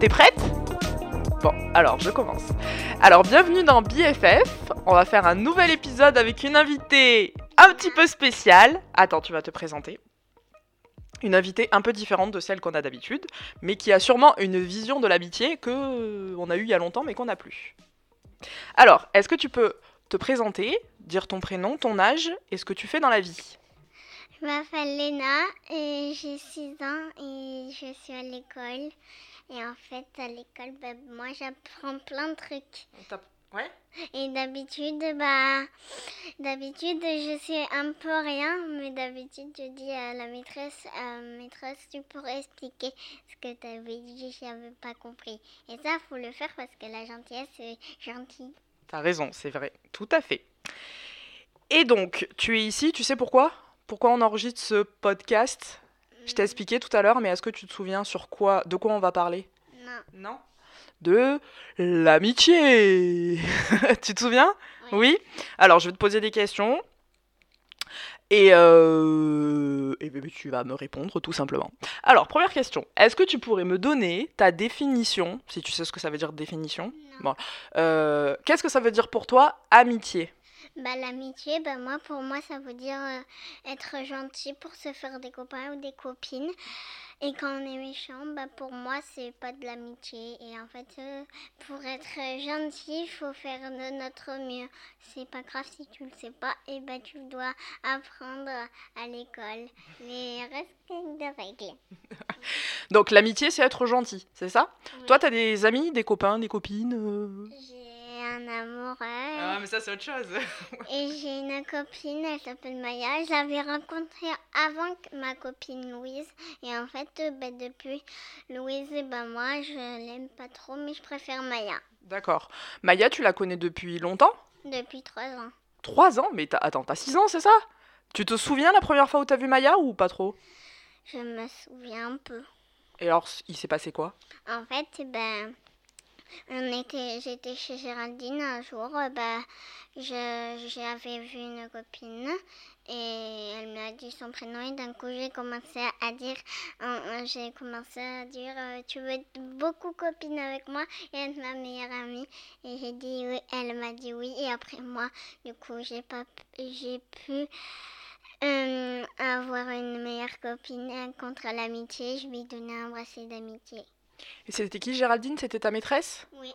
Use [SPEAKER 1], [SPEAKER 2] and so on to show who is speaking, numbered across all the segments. [SPEAKER 1] T'es prête Bon, alors je commence. Alors bienvenue dans BFF. On va faire un nouvel épisode avec une invitée un petit peu spéciale. Attends, tu vas te présenter. Une invitée un peu différente de celle qu'on a d'habitude, mais qui a sûrement une vision de l'amitié que euh, on a eue il y a longtemps mais qu'on n'a plus. Alors, est-ce que tu peux te présenter, dire ton prénom, ton âge et ce que tu fais dans la vie
[SPEAKER 2] Je m'appelle Léna et j'ai 6 ans et je suis à l'école. Et en fait, à l'école, bah, moi, j'apprends plein de trucs.
[SPEAKER 1] Ouais
[SPEAKER 2] Et d'habitude, bah, d'habitude, je sais un peu rien, mais d'habitude, je dis à la maîtresse, euh, maîtresse, tu pourrais expliquer ce que tu avais dit, j'avais pas compris. Et ça, faut le faire parce que la gentillesse, c'est gentil.
[SPEAKER 1] T'as raison, c'est vrai, tout à fait. Et donc, tu es ici, tu sais pourquoi Pourquoi on enregistre ce podcast Je t'ai expliqué tout à l'heure, mais est-ce que tu te souviens sur quoi, de quoi on va parler
[SPEAKER 2] Non.
[SPEAKER 1] Non. De l'amitié Tu te souviens Oui. Alors, je vais te poser des questions. Et, euh, et ben, tu vas me répondre tout simplement. Alors, première question. Est-ce que tu pourrais me donner ta définition, si tu sais ce que ça veut dire définition
[SPEAKER 2] Non.
[SPEAKER 1] Bon. Euh, Qu'est-ce que ça veut dire pour toi, amitié
[SPEAKER 2] Bah, l'amitié, bah, moi, pour moi, ça veut dire euh, être gentil pour se faire des copains ou des copines. Et quand on est méchant, bah, pour moi, c'est pas de l'amitié. Et en fait, euh, pour être gentil, il faut faire de notre mieux. C'est pas grave si tu le sais pas, et bah, tu dois apprendre à l'école les règles de règles.
[SPEAKER 1] Donc, l'amitié, c'est être gentil, c'est ça
[SPEAKER 2] Oui.
[SPEAKER 1] Toi, t'as des amis, des copains, des copines euh
[SPEAKER 2] J'ai un amoureux
[SPEAKER 1] Ah mais ça, c'est autre chose.
[SPEAKER 2] et j'ai une copine, elle s'appelle Maya. Je l'avais rencontrée avant que ma copine Louise. Et en fait, euh, bah, depuis Louise, et bah, moi, je l'aime pas trop, mais je préfère Maya.
[SPEAKER 1] D'accord. Maya, tu la connais depuis longtemps
[SPEAKER 2] Depuis trois ans.
[SPEAKER 1] Trois ans Mais t'as- attends, t'as six ans, c'est ça Tu te souviens la première fois où t'as vu Maya ou pas trop
[SPEAKER 2] Je me souviens un peu.
[SPEAKER 1] Et alors, il s'est passé quoi
[SPEAKER 2] En fait, eh ben, on était, j'étais chez Géraldine un jour. euh, Ben, je, j'avais vu une copine et elle m'a dit son prénom et d'un coup j'ai commencé à- à dire, euh, euh, j'ai commencé à dire, euh, tu veux être beaucoup copine avec moi et être ma meilleure amie. Et j'ai dit oui. Elle m'a dit oui et après moi, du coup, j'ai pas, pu- j'ai pu. euh, avoir une meilleure copine euh, contre l'amitié, je lui ai donné un bracelet d'amitié.
[SPEAKER 1] Et c'était qui Géraldine C'était ta maîtresse
[SPEAKER 2] Oui.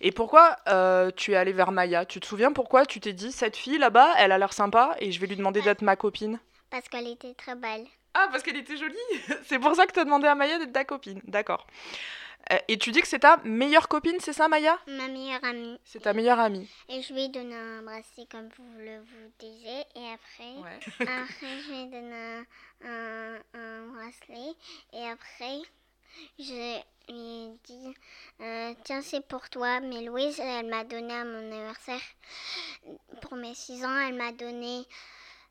[SPEAKER 1] Et pourquoi euh, tu es allée vers Maya Tu te souviens pourquoi tu t'es dit cette fille là-bas, elle a l'air sympa et je vais lui demander d'être ma copine
[SPEAKER 2] Parce qu'elle était très belle.
[SPEAKER 1] Ah, parce qu'elle était jolie C'est pour ça que t'as demandé à Maya d'être ta copine. D'accord. Euh, Et tu dis que c'est ta meilleure copine, c'est ça Maya
[SPEAKER 2] Ma meilleure amie.
[SPEAKER 1] C'est ta meilleure amie.
[SPEAKER 2] Et je lui ai donné un bracelet comme vous le vous disiez. Et après, après je lui ai donné un, un- un bracelet. euh, Et après, je lui ai dit, euh, tiens, c'est pour toi. Mais Louise, elle m'a donné à mon anniversaire, pour mes 6 ans, elle m'a donné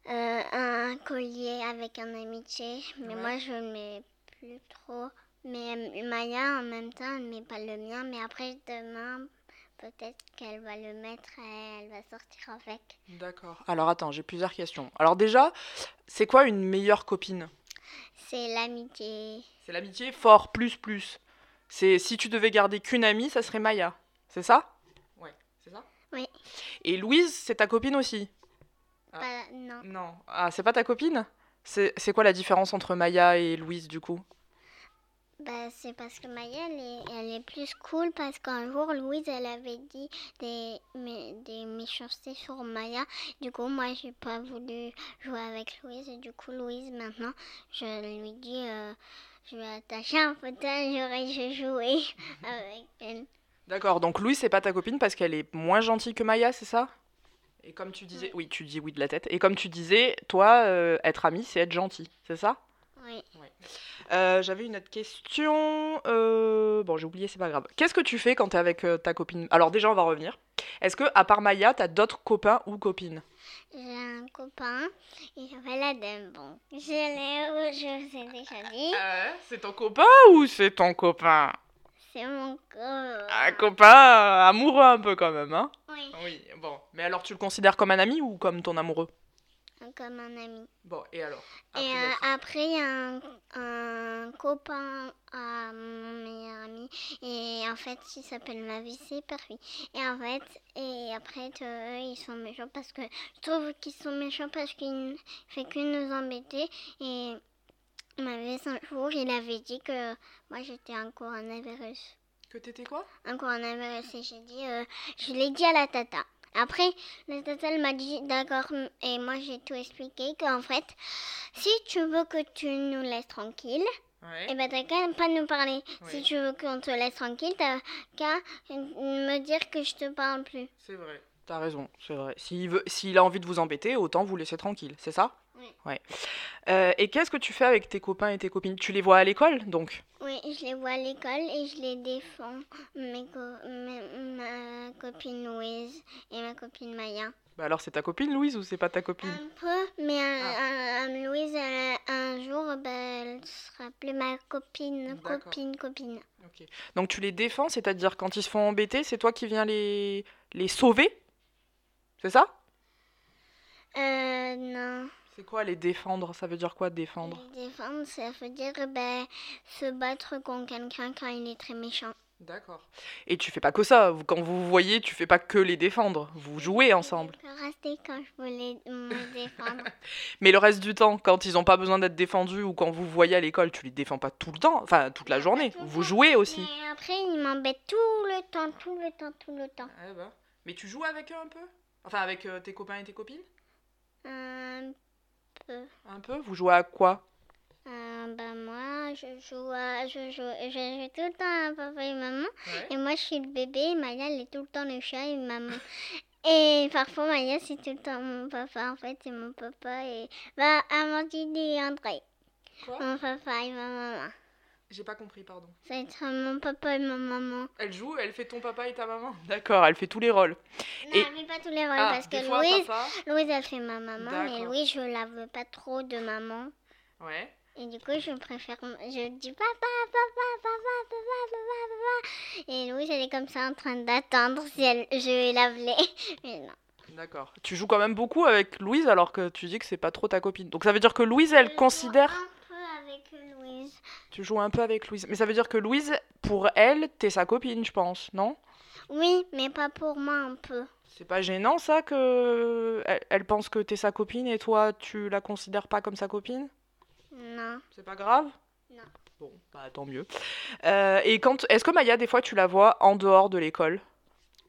[SPEAKER 2] euh, un collier avec un amitié. Mais
[SPEAKER 1] Ouais.
[SPEAKER 2] moi, je ne mets plus trop. Mais euh, Maya, en même temps, elle ne met pas le mien. Mais après, demain, peut-être qu'elle va le mettre et elle va sortir avec.
[SPEAKER 1] D'accord. Alors attends, j'ai plusieurs questions. Alors déjà, c'est quoi une meilleure copine
[SPEAKER 2] C'est l'amitié.
[SPEAKER 1] C'est l'amitié fort, plus, plus. C'est si tu devais garder qu'une amie, ça serait Maya. C'est ça Ouais, c'est ça
[SPEAKER 2] Oui.
[SPEAKER 1] Et Louise, c'est ta copine aussi Ah.
[SPEAKER 2] Pas- non.
[SPEAKER 1] Non. Ah, c'est pas ta copine C'est c'est quoi la différence entre Maya et Louise du coup
[SPEAKER 2] Bah, c'est parce que Maya, elle est, elle est plus cool parce qu'un jour, Louise, elle avait dit des, mé- des méchancetés sur Maya. Du coup, moi, j'ai pas voulu jouer avec Louise. Et du coup, Louise, maintenant, je lui dis, euh, je vais attacher un fauteuil, j'aurais je joué avec elle.
[SPEAKER 1] D'accord, donc Louise, c'est pas ta copine parce qu'elle est moins gentille que Maya, c'est ça Et comme tu disais, oui, tu dis oui de la tête. Et comme tu disais, toi, euh, être ami, c'est être gentil, c'est ça
[SPEAKER 2] Oui.
[SPEAKER 1] Euh, J'avais une autre question. euh, Bon, j'ai oublié, c'est pas grave. Qu'est-ce que tu fais quand t'es avec euh, ta copine Alors déjà, on va revenir. Est-ce que, à part Maya, t'as d'autres copains ou copines
[SPEAKER 2] J'ai un copain, il s'appelle Adam. Bon, je l'ai, je vous ai déjà dit.
[SPEAKER 1] Ah. Euh, C'est ton copain Ah, ou c'est ton copain
[SPEAKER 2] C'est mon copain.
[SPEAKER 1] Un copain euh, amoureux un peu quand même, hein
[SPEAKER 2] Oui.
[SPEAKER 1] Oui, bon. Mais alors, tu le considères comme un ami ou comme ton amoureux
[SPEAKER 2] comme un ami.
[SPEAKER 1] Bon, et alors Ah,
[SPEAKER 2] Et
[SPEAKER 1] après,
[SPEAKER 2] euh,
[SPEAKER 1] la-
[SPEAKER 2] après, il y a un, un copain à mon meilleur ami. Et en fait, il s'appelle Mavis, c'est parfait. Et en fait, et après, t- eux, ils sont méchants parce que je trouve qu'ils sont méchants parce qu'ils ne fait que nous embêter. Et Mavis, un jour, il avait dit que moi, j'étais un coronavirus.
[SPEAKER 1] Que t'étais quoi
[SPEAKER 2] Un coronavirus, et j'ai dit, euh, je l'ai dit à la tata. Après, la tata, elle m'a dit, d'accord, m- et moi, j'ai tout expliqué qu'en fait, si tu veux que tu nous laisses tranquille,
[SPEAKER 1] Ouais.
[SPEAKER 2] eh ben t'as qu'à ne pas nous parler. Si
[SPEAKER 1] Oui.
[SPEAKER 2] tu veux qu'on te laisse tranquille, t'as qu'à me dire que je te parle plus.
[SPEAKER 1] C'est vrai. T'as raison, c'est vrai. S'il veut, s'il a envie de vous embêter, autant vous laisser tranquille, c'est ça
[SPEAKER 2] Oui.
[SPEAKER 1] Ouais. Euh, et qu'est-ce que tu fais avec tes copains et tes copines Tu les vois à l'école, donc
[SPEAKER 2] Oui, je les vois à l'école et je les défends. Mes co- mes- ma copine Louise et ma copine Maya.
[SPEAKER 1] bah Alors c'est ta copine, Louise, ou c'est pas ta copine
[SPEAKER 2] Un peu, mais euh,
[SPEAKER 1] Ah.
[SPEAKER 2] euh, euh, Louise, elle, un jour, ben, elle sera plus ma copine,
[SPEAKER 1] D'accord.
[SPEAKER 2] copine, copine.
[SPEAKER 1] Ok. Donc tu les défends, c'est-à-dire quand ils se font embêter, c'est toi qui viens les, les sauver C'est ça
[SPEAKER 2] Euh, non.
[SPEAKER 1] C'est quoi les défendre Ça veut dire quoi défendre
[SPEAKER 2] Les défendre, ça veut dire ben, se battre contre quelqu'un quand il est très méchant.
[SPEAKER 1] D'accord. Et tu fais pas que ça. Vous- Quand vous vous voyez, tu fais pas que les défendre. Vous jouez ensemble.
[SPEAKER 2] Je peux rester quand je voulais me défendre.
[SPEAKER 1] Mais le reste du temps, quand ils n'ont pas besoin d'être défendus ou quand vous voyez à l'école, tu les défends pas tout le temps, enfin toute la
[SPEAKER 2] Non, pas
[SPEAKER 1] journée.
[SPEAKER 2] tout le
[SPEAKER 1] Vous
[SPEAKER 2] temps,
[SPEAKER 1] jouez aussi.
[SPEAKER 2] mais après, il m'embête tout le temps, tout le temps, tout le temps.
[SPEAKER 1] Ah, eh ben. Mais tu joues avec eux un peu Enfin avec tes copains et tes copines
[SPEAKER 2] Euh,
[SPEAKER 1] Un peu Vous jouez à quoi
[SPEAKER 2] euh, ben, moi, je joue, à- je, joue, je joue tout le temps à papa et maman. Et moi, je suis le bébé, et Maya, elle est tout le temps le chat et maman. et parfois, Maya, c'est tout le temps mon papa, en fait, et mon papa, et bah, Amandine et André.
[SPEAKER 1] Quoi
[SPEAKER 2] Mon papa et ma maman.
[SPEAKER 1] J'ai pas compris, pardon.
[SPEAKER 2] Ça va être mon papa et ma maman.
[SPEAKER 1] Elle joue, elle fait ton papa et ta maman. D'accord, elle fait tous les rôles.
[SPEAKER 2] Non,
[SPEAKER 1] Et-
[SPEAKER 2] elle fait pas tous les rôles,
[SPEAKER 1] Ah,
[SPEAKER 2] parce que
[SPEAKER 1] des fois,
[SPEAKER 2] Louise,
[SPEAKER 1] papa.
[SPEAKER 2] Louise, elle fait ma maman, mais
[SPEAKER 1] D'accord.
[SPEAKER 2] Louise, je la veux pas trop de maman.
[SPEAKER 1] Ouais.
[SPEAKER 2] Et du coup, je préfère. Je dis papa, papa, papa, papa, papa, papa. Et Louise, elle est comme ça en train d'attendre si elle, je la voulais. Mais non.
[SPEAKER 1] D'accord. Tu joues quand même beaucoup avec Louise alors que tu dis que c'est pas trop ta copine. Donc ça veut dire que Louise, elle
[SPEAKER 2] Je joue
[SPEAKER 1] considère.
[SPEAKER 2] Un peu avec Louise.
[SPEAKER 1] Tu joues un peu avec Louise. Mais ça veut dire que Louise, pour elle, t'es sa copine, je pense, non
[SPEAKER 2] Oui, mais pas pour moi un peu.
[SPEAKER 1] C'est pas gênant ça que elle, elle pense que t'es sa copine et toi tu la considères pas comme sa copine
[SPEAKER 2] Non.
[SPEAKER 1] C'est pas grave
[SPEAKER 2] Non.
[SPEAKER 1] Bon, bah tant mieux. Euh, et quand est-ce que Maya des fois tu la vois en dehors de l'école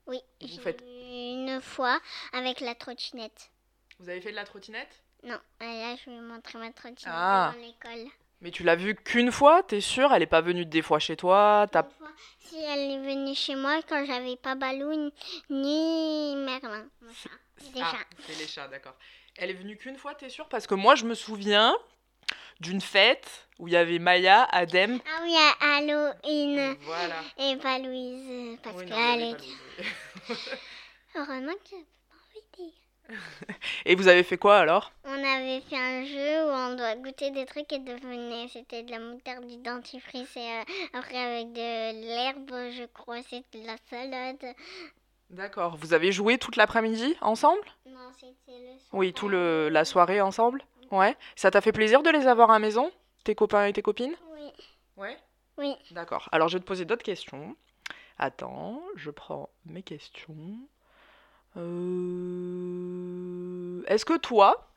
[SPEAKER 2] Oui,
[SPEAKER 1] Vous
[SPEAKER 2] j'ai
[SPEAKER 1] faites-
[SPEAKER 2] vu une fois avec la trottinette.
[SPEAKER 1] Vous avez fait de la trottinette
[SPEAKER 2] Non, euh, là je vais montrer ma trottinette
[SPEAKER 1] Ah.
[SPEAKER 2] devant l'école.
[SPEAKER 1] Mais tu l'as vue qu'une fois, t'es sûre Elle est pas venue des fois chez toi t'as-
[SPEAKER 2] Une fois, Si elle est venue chez moi quand j'avais pas Balou ni Merlin. mon chat. Des
[SPEAKER 1] Ah,
[SPEAKER 2] chats.
[SPEAKER 1] c'est les chats, d'accord. Elle est venue qu'une fois, t'es sûre Parce que moi, je me souviens d'une fête où il y avait Maya, Adem.
[SPEAKER 2] Ah oui, à Halloween.
[SPEAKER 1] Voilà.
[SPEAKER 2] Et pas Louise, parce
[SPEAKER 1] Oui, non, il
[SPEAKER 2] qu'elle
[SPEAKER 1] y avait
[SPEAKER 2] est...
[SPEAKER 1] pas Louise.
[SPEAKER 2] Heureusement que j'avais pas envie de dire.
[SPEAKER 1] Et vous avez fait quoi alors
[SPEAKER 2] On avait fait un jeu où on doit goûter des trucs et devenir. C'était de la moutarde du dentifrice et euh, après avec de l'herbe, je crois, c'était de la salade.
[SPEAKER 1] D'accord. Vous avez joué toute l'après-midi ensemble
[SPEAKER 2] Non, c'était le soir.
[SPEAKER 1] Oui, tout le la soirée ensemble. Ouais. Ça t'a fait plaisir de les avoir à la maison, tes copains et tes copines
[SPEAKER 2] Oui.
[SPEAKER 1] Ouais.
[SPEAKER 2] Oui.
[SPEAKER 1] D'accord. Alors, je vais te poser d'autres questions. Attends, je prends mes questions. Euh, Est-ce que toi,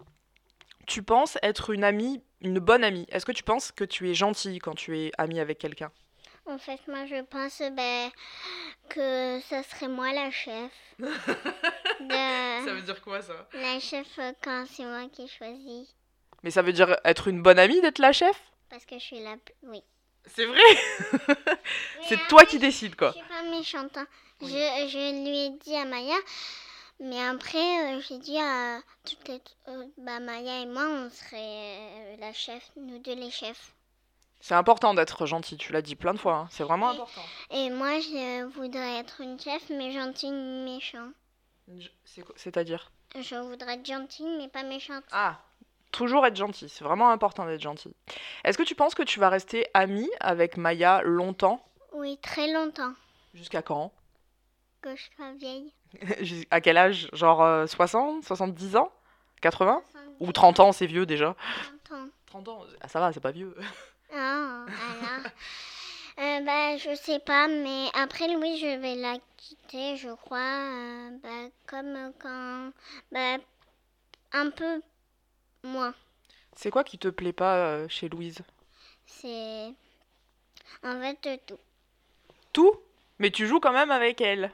[SPEAKER 1] tu penses être une amie, une bonne amie Est-ce que tu penses que tu es gentille quand tu es amie avec quelqu'un
[SPEAKER 2] En fait, moi, je pense ben, que ça serait moi la chef. De-
[SPEAKER 1] veut dire quoi ça
[SPEAKER 2] La chef euh, quand c'est moi qui choisis.
[SPEAKER 1] Mais ça veut dire être une bonne amie d'être la chef
[SPEAKER 2] Parce que je suis la plus. Oui.
[SPEAKER 1] C'est vrai
[SPEAKER 2] Mais
[SPEAKER 1] C'est toi
[SPEAKER 2] après,
[SPEAKER 1] qui décides quoi
[SPEAKER 2] Je suis pas méchante. hein.
[SPEAKER 1] Oui.
[SPEAKER 2] Je, je lui ai dit à Maya, mais après, euh, j'ai dit à toutes les. euh, bah, Maya et moi, on serait euh, la chef, nous deux les chefs.
[SPEAKER 1] C'est important d'être gentil, tu l'as dit plein de fois, hein. c'est vraiment
[SPEAKER 2] Oui.
[SPEAKER 1] important.
[SPEAKER 2] Et moi, je voudrais être une chef, mais gentille, ni méchant.
[SPEAKER 1] C'est quoi- C'est-à-dire
[SPEAKER 2] Je voudrais être gentille, mais pas méchante.
[SPEAKER 1] Ah, toujours être gentil, c'est vraiment important d'être gentil. Est-ce que tu penses que tu vas rester amie avec Maya longtemps
[SPEAKER 2] Oui, très longtemps
[SPEAKER 1] Jusqu'à quand
[SPEAKER 2] que je sois vieille.
[SPEAKER 1] Jus- À quel âge Genre euh, 60, 70 ans 80 Ou 30 ans, c'est vieux déjà
[SPEAKER 2] 30 ans.
[SPEAKER 1] 30 ans, ah, ça va, c'est pas vieux.
[SPEAKER 2] Ah, alors. Euh, bah, je sais pas, mais après, Louis, je vais la quitter, je crois. euh, bah, comme quand. Bah, un peu moins.
[SPEAKER 1] C'est quoi qui te plaît pas euh, chez Louise
[SPEAKER 2] C'est. En fait, de tout.
[SPEAKER 1] Tout Mais tu joues quand même avec elle.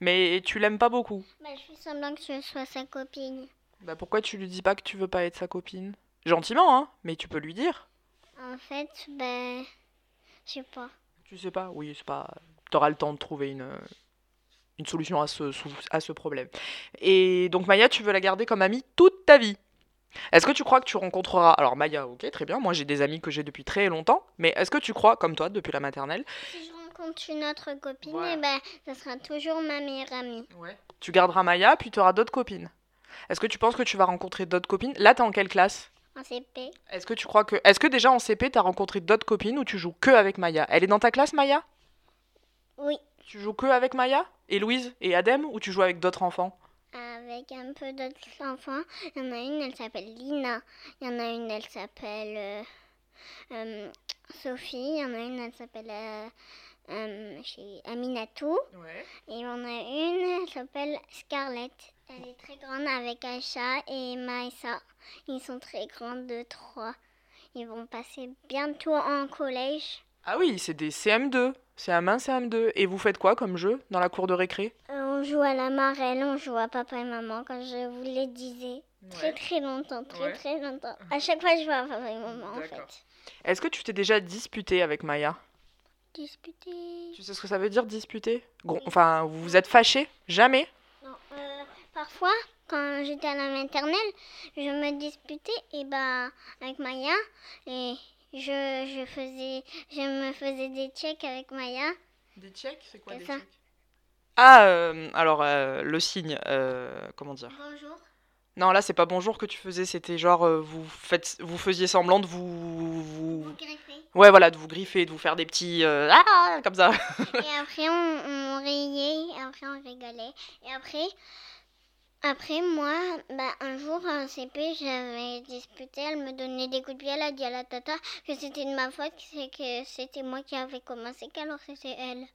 [SPEAKER 1] Mais tu l'aimes pas beaucoup.
[SPEAKER 2] Bah, je fais semblant que je sois sa copine.
[SPEAKER 1] Bah pourquoi tu lui dis pas que tu veux pas être sa copine Gentiment, hein, mais tu peux lui dire.
[SPEAKER 2] En fait, ben. Je sais pas.
[SPEAKER 1] Tu sais pas, oui, c'est pas. T'auras le temps de trouver une, une solution à ce, sou- à ce problème. Et donc Maya, tu veux la garder comme amie toute ta vie. Est-ce que tu crois que tu rencontreras. Alors Maya, ok, très bien, moi j'ai des amis que j'ai depuis très longtemps, mais est-ce que tu crois, comme toi, depuis la maternelle,
[SPEAKER 2] Si je rencontre une autre copine,
[SPEAKER 1] Voilà.
[SPEAKER 2] eh ben, ça sera toujours ma meilleure amie.
[SPEAKER 1] tu garderas Maya, puis tu auras d'autres copines Est-ce que tu penses que tu vas rencontrer d'autres copines Là, t'es en quelle classe
[SPEAKER 2] En CP.
[SPEAKER 1] Est-ce que tu crois que. Est-ce que déjà en CP, t'as rencontré d'autres copines ou tu joues que avec Maya Elle est dans ta classe, Maya
[SPEAKER 2] Oui.
[SPEAKER 1] Tu joues que avec Maya Et Louise Et Adem Ou tu joues avec d'autres enfants
[SPEAKER 2] Avec un peu d'autres enfants. Il y en a une, elle s'appelle Lina. Il y en a une, elle s'appelle euh, euh, Sophie. Il y en a une, elle s'appelle euh, euh, chez Aminatou.
[SPEAKER 1] Ouais.
[SPEAKER 2] Et il y en a une, elle s'appelle Scarlett. Elle est très grande avec Aisha et Maïssa. Ils sont très grands, deux, trois. Ils vont passer bientôt en collège.
[SPEAKER 1] Ah oui, c'est des CM2. CM1, CM2. Et vous faites quoi comme jeu dans la cour de récré
[SPEAKER 2] Euh, on joue à la marelle, on joue à papa et maman quand je vous les disais. Très très longtemps, très
[SPEAKER 1] Ouais.
[SPEAKER 2] très longtemps. À chaque fois, je vois à papa et maman en
[SPEAKER 1] D'accord.
[SPEAKER 2] fait.
[SPEAKER 1] Est-ce que tu t'es déjà disputé avec Maya
[SPEAKER 2] Disputer.
[SPEAKER 1] Tu sais ce que ça veut dire disputer Gros- Enfin, vous vous êtes fâché Jamais
[SPEAKER 2] Non, euh, parfois, quand j'étais à la maternelle, je me disputais et bah, avec Maya et je, je, faisais, je me faisais des checks avec Maya.
[SPEAKER 1] Des tchèques C'est quoi
[SPEAKER 2] des Ça. tchèques
[SPEAKER 1] Ah, euh, alors euh, le signe, euh, comment dire
[SPEAKER 2] Bonjour.
[SPEAKER 1] Non, là c'est pas bonjour que tu faisais, c'était genre euh, vous faites, vous faisiez semblant de vous, vous- ouais voilà, de vous griffer, de vous faire des petits, euh, ah, comme ça.
[SPEAKER 2] Et après, on, on riait, et après, on rigolait. Et après, après moi, bah, un jour, en CP, j'avais disputé. Elle me donnait des coups de pied. Elle a dit à la tata que c'était de ma faute, que c'est- que c'était moi qui avais commencé, qu'alors c'était elle.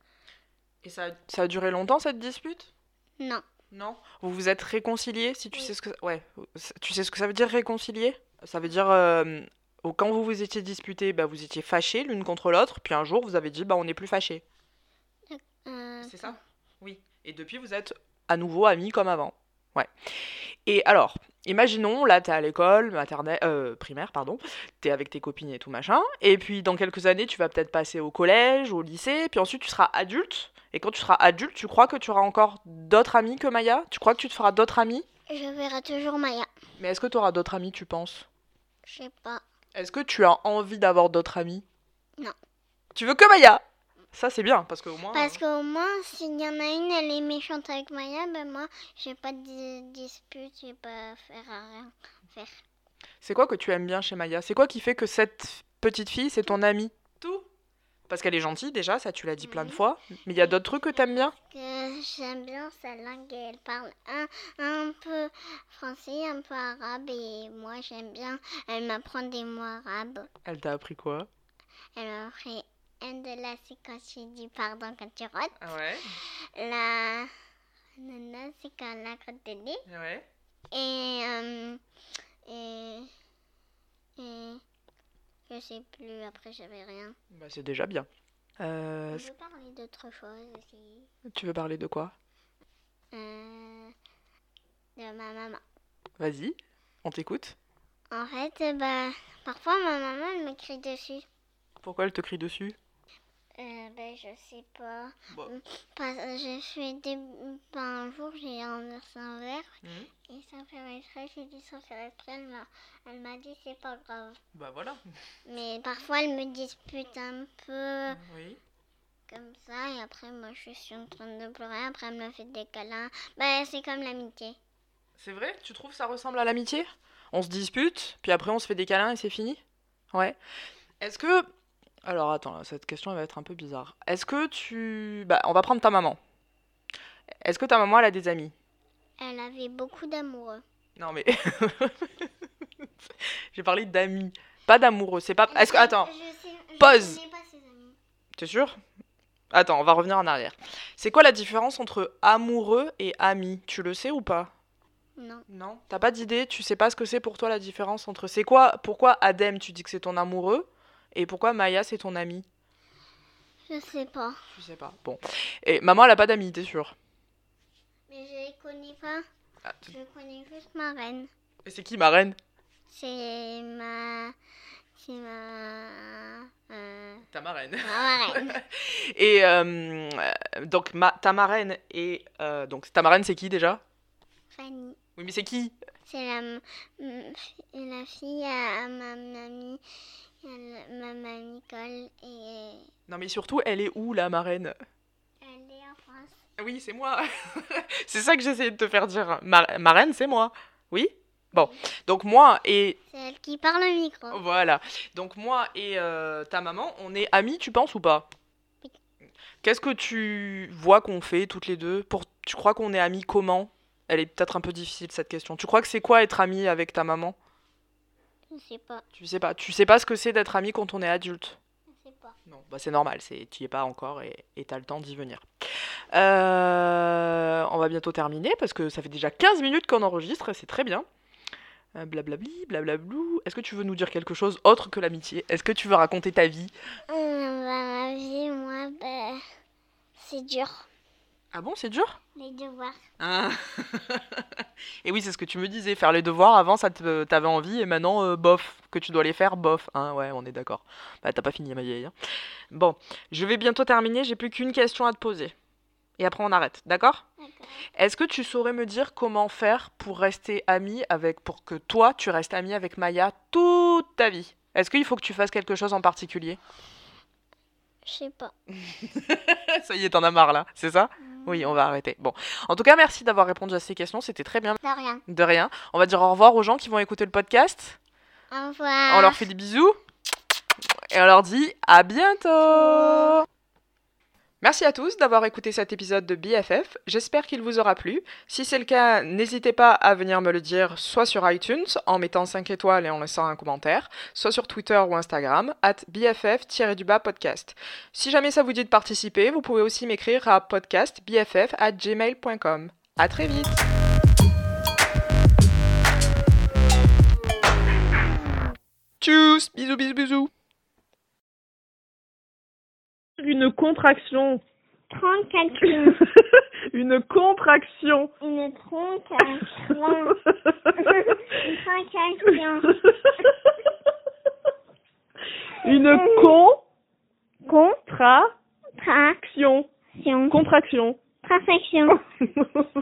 [SPEAKER 1] Et ça, ça a duré longtemps cette dispute
[SPEAKER 2] Non.
[SPEAKER 1] Non. Vous vous êtes réconciliés si tu
[SPEAKER 2] Oui.
[SPEAKER 1] sais ce que ouais, c'est- tu sais ce que ça veut dire réconcilier Ça veut dire euh, au- quand vous vous étiez disputés, bah vous étiez fâchés l'une contre l'autre, puis un jour vous avez dit bah on n'est plus fâchés.
[SPEAKER 2] Euh,
[SPEAKER 1] C'est ça Oui. Et depuis, vous êtes à nouveau amis comme avant. Ouais. Et alors, imaginons, là, t'es à l'école, maternelle, euh, primaire, pardon, t'es avec tes copines et tout machin, et puis dans quelques années, tu vas peut-être passer au collège, au lycée, puis ensuite, tu seras adulte, et quand tu seras adulte, tu crois que tu auras encore d'autres amis que Maya Tu crois que tu te feras d'autres amis
[SPEAKER 2] Je verrai toujours Maya.
[SPEAKER 1] Mais est-ce que tu auras d'autres amis, tu penses
[SPEAKER 2] Je sais pas.
[SPEAKER 1] Est-ce que tu as envie d'avoir d'autres amis
[SPEAKER 2] Non.
[SPEAKER 1] Tu veux que Maya Ça, c'est bien, parce qu'au moins... euh,
[SPEAKER 2] Parce qu'au moins, s'il y en a une, elle est méchante avec Maya, ben moi, j'ai pas de di- dispute, j'ai pas à faire à rien faire.
[SPEAKER 1] C'est quoi que tu aimes bien chez Maya C'est quoi qui fait que cette petite fille, c'est ton amie Tout. Parce qu'elle est gentille déjà, ça tu l'as dit plein de
[SPEAKER 2] Mhm.
[SPEAKER 1] fois. Mais il y a d'autres trucs que t'aimes bien
[SPEAKER 2] que j'aime bien sa langue et elle parle un, un peu français, un peu arabe et moi j'aime bien. Elle m'apprend des mots arabes.
[SPEAKER 1] Elle t'a appris quoi
[SPEAKER 2] Elle m'a appris un de là c'est quand tu dis pardon quand tu rotes.
[SPEAKER 1] Ah Ouais,
[SPEAKER 2] La nana c'est quand la crotte de nez.
[SPEAKER 1] ouais.
[SPEAKER 2] Et, euh, et, et je sais plus, après j'avais rien.
[SPEAKER 1] Bah, c'est déjà bien. Euh,
[SPEAKER 2] Je veux parler d'autre chose aussi.
[SPEAKER 1] tu veux parler de quoi
[SPEAKER 2] Euh, de ma maman.
[SPEAKER 1] Vas-y, on t'écoute.
[SPEAKER 2] En fait, euh, bah, parfois ma maman elle me crie dessus.
[SPEAKER 1] Pourquoi elle te crie dessus
[SPEAKER 2] Euh, ben, je sais pas.
[SPEAKER 1] Bah.
[SPEAKER 2] Mm, Parce que j'ai fait des. Ben, un jour, j'ai renversé un verre
[SPEAKER 1] Hmm.
[SPEAKER 2] et ça fait mal exprès. J'ai dit sans faire exprès. Elle m'a- elle m'a dit c'est pas grave.
[SPEAKER 1] Bah voilà.
[SPEAKER 2] Mais parfois, elle me dispute un peu
[SPEAKER 1] Oui.
[SPEAKER 2] comme ça. Et après, moi, je suis en train de pleurer. Après, elle me fait des câlins. Ben, c'est comme l'amitié.
[SPEAKER 1] C'est vrai Tu trouves ça ressemble à l'amitié On se dispute, puis après on se fait des câlins et c'est fini Ouais. Est-ce que. Alors attends, cette question elle va être un peu bizarre. Est-ce que tu. Bah, on va prendre ta maman. Est-ce que ta maman elle a des amis
[SPEAKER 2] Elle avait beaucoup d'amoureux.
[SPEAKER 1] Non mais j'ai parlé d'amis, pas d'amoureux. C'est pas. Est-ce que attends,
[SPEAKER 2] Je sais- je
[SPEAKER 1] Pause.
[SPEAKER 2] connais pas ses amis.
[SPEAKER 1] t'es sûr Attends, on va revenir en arrière. C'est quoi la différence entre amoureux et ami Tu le sais ou pas
[SPEAKER 2] Non.
[SPEAKER 1] Non. T'as pas d'idée Tu sais pas ce que c'est pour toi la différence entre c'est quoi Pourquoi Adem tu dis que c'est ton amoureux et pourquoi Maya c'est ton ami
[SPEAKER 2] Je sais pas.
[SPEAKER 1] Je sais pas. Bon. Et maman elle a pas d'amis, t'es sûr
[SPEAKER 2] Mais je les connais pas.
[SPEAKER 1] Ah, tu-
[SPEAKER 2] Je connais juste ma reine.
[SPEAKER 1] Et c'est qui ma reine
[SPEAKER 2] C'est ma. C'est ma. euh,
[SPEAKER 1] Ta marraine.
[SPEAKER 2] ma reine.
[SPEAKER 1] Et euh, euh, donc ma, ta marraine et euh, donc ta marraine c'est qui déjà
[SPEAKER 2] Fanny.
[SPEAKER 1] Oui mais c'est qui
[SPEAKER 2] C'est la, m- m- la fille à, à ma mamie. elle- ma mamie Nicole. Et
[SPEAKER 1] Non mais surtout elle est où la marraine
[SPEAKER 2] elle est en France.
[SPEAKER 1] Oui c'est moi. c'est ça que j'essayais de te faire dire. Ma, marraine c'est moi. Oui. Bon donc moi et
[SPEAKER 2] C'est elle qui parle au micro.
[SPEAKER 1] voilà donc moi et euh, ta maman on est amis tu penses ou pas
[SPEAKER 2] Oui.
[SPEAKER 1] Qu'est-ce que tu vois qu'on fait toutes les deux Pour tu crois qu'on est amis comment Elle est peut-être un peu difficile cette question. Tu crois que c'est quoi être ami avec ta maman
[SPEAKER 2] Je sais pas.
[SPEAKER 1] Tu sais pas, tu sais pas ce que c'est d'être ami quand on est adulte.
[SPEAKER 2] Je sais pas.
[SPEAKER 1] Non, bah c'est normal, c'est tu y es pas encore et et t'as le temps d'y venir. Euh, on va bientôt terminer parce que ça fait déjà 15 minutes qu'on enregistre, c'est très bien. Euh, Blablabli, blablablou. Est-ce que tu veux nous dire quelque chose autre que l'amitié Est-ce que tu veux raconter ta vie
[SPEAKER 2] Euh, bah, ma vie, moi, bah, c'est dur.
[SPEAKER 1] Ah bon, c'est dur
[SPEAKER 2] Les devoirs.
[SPEAKER 1] Ah. Et oui, c'est ce que tu me disais, faire les devoirs avant, ça te- t'avais envie et maintenant, euh, bof, que tu dois les faire, bof. Hein, ouais, on est d'accord. Bah, t'as pas fini, ma vieille. hein. Bon, je vais bientôt terminer, j'ai plus qu'une question à te poser. Et après, on arrête, d'accord
[SPEAKER 2] D'accord.
[SPEAKER 1] Est-ce que tu saurais me dire comment faire pour rester ami avec, pour que toi, tu restes ami avec Maya toute ta vie Est-ce qu'il faut que tu fasses quelque chose en particulier
[SPEAKER 2] Je sais pas.
[SPEAKER 1] Ça y est, t'en as marre là, c'est ça Oui, on va arrêter. Bon, en tout cas, merci d'avoir répondu à ces questions, c'était très bien.
[SPEAKER 2] De rien.
[SPEAKER 1] De rien. On va dire au revoir aux gens qui vont écouter le podcast.
[SPEAKER 2] Au revoir.
[SPEAKER 1] On leur fait des bisous. Et on leur dit à bientôt. Merci à tous d'avoir écouté cet épisode de BFF. J'espère qu'il vous aura plu. Si c'est le cas, n'hésitez pas à venir me le dire soit sur iTunes en mettant 5 étoiles et en laissant un commentaire, soit sur Twitter ou Instagram, at BFF-du-bas podcast. Si jamais ça vous dit de participer, vous pouvez aussi m'écrire à podcastbff@gmail.com. À très vite! Tchuss Bisous, bisous, bisous Une contraction
[SPEAKER 2] Troncation.
[SPEAKER 1] Une contraction
[SPEAKER 2] Une troncation. Une troncation.
[SPEAKER 1] Une con... Contraction
[SPEAKER 2] Traction.
[SPEAKER 1] Contraction
[SPEAKER 2] Perfection.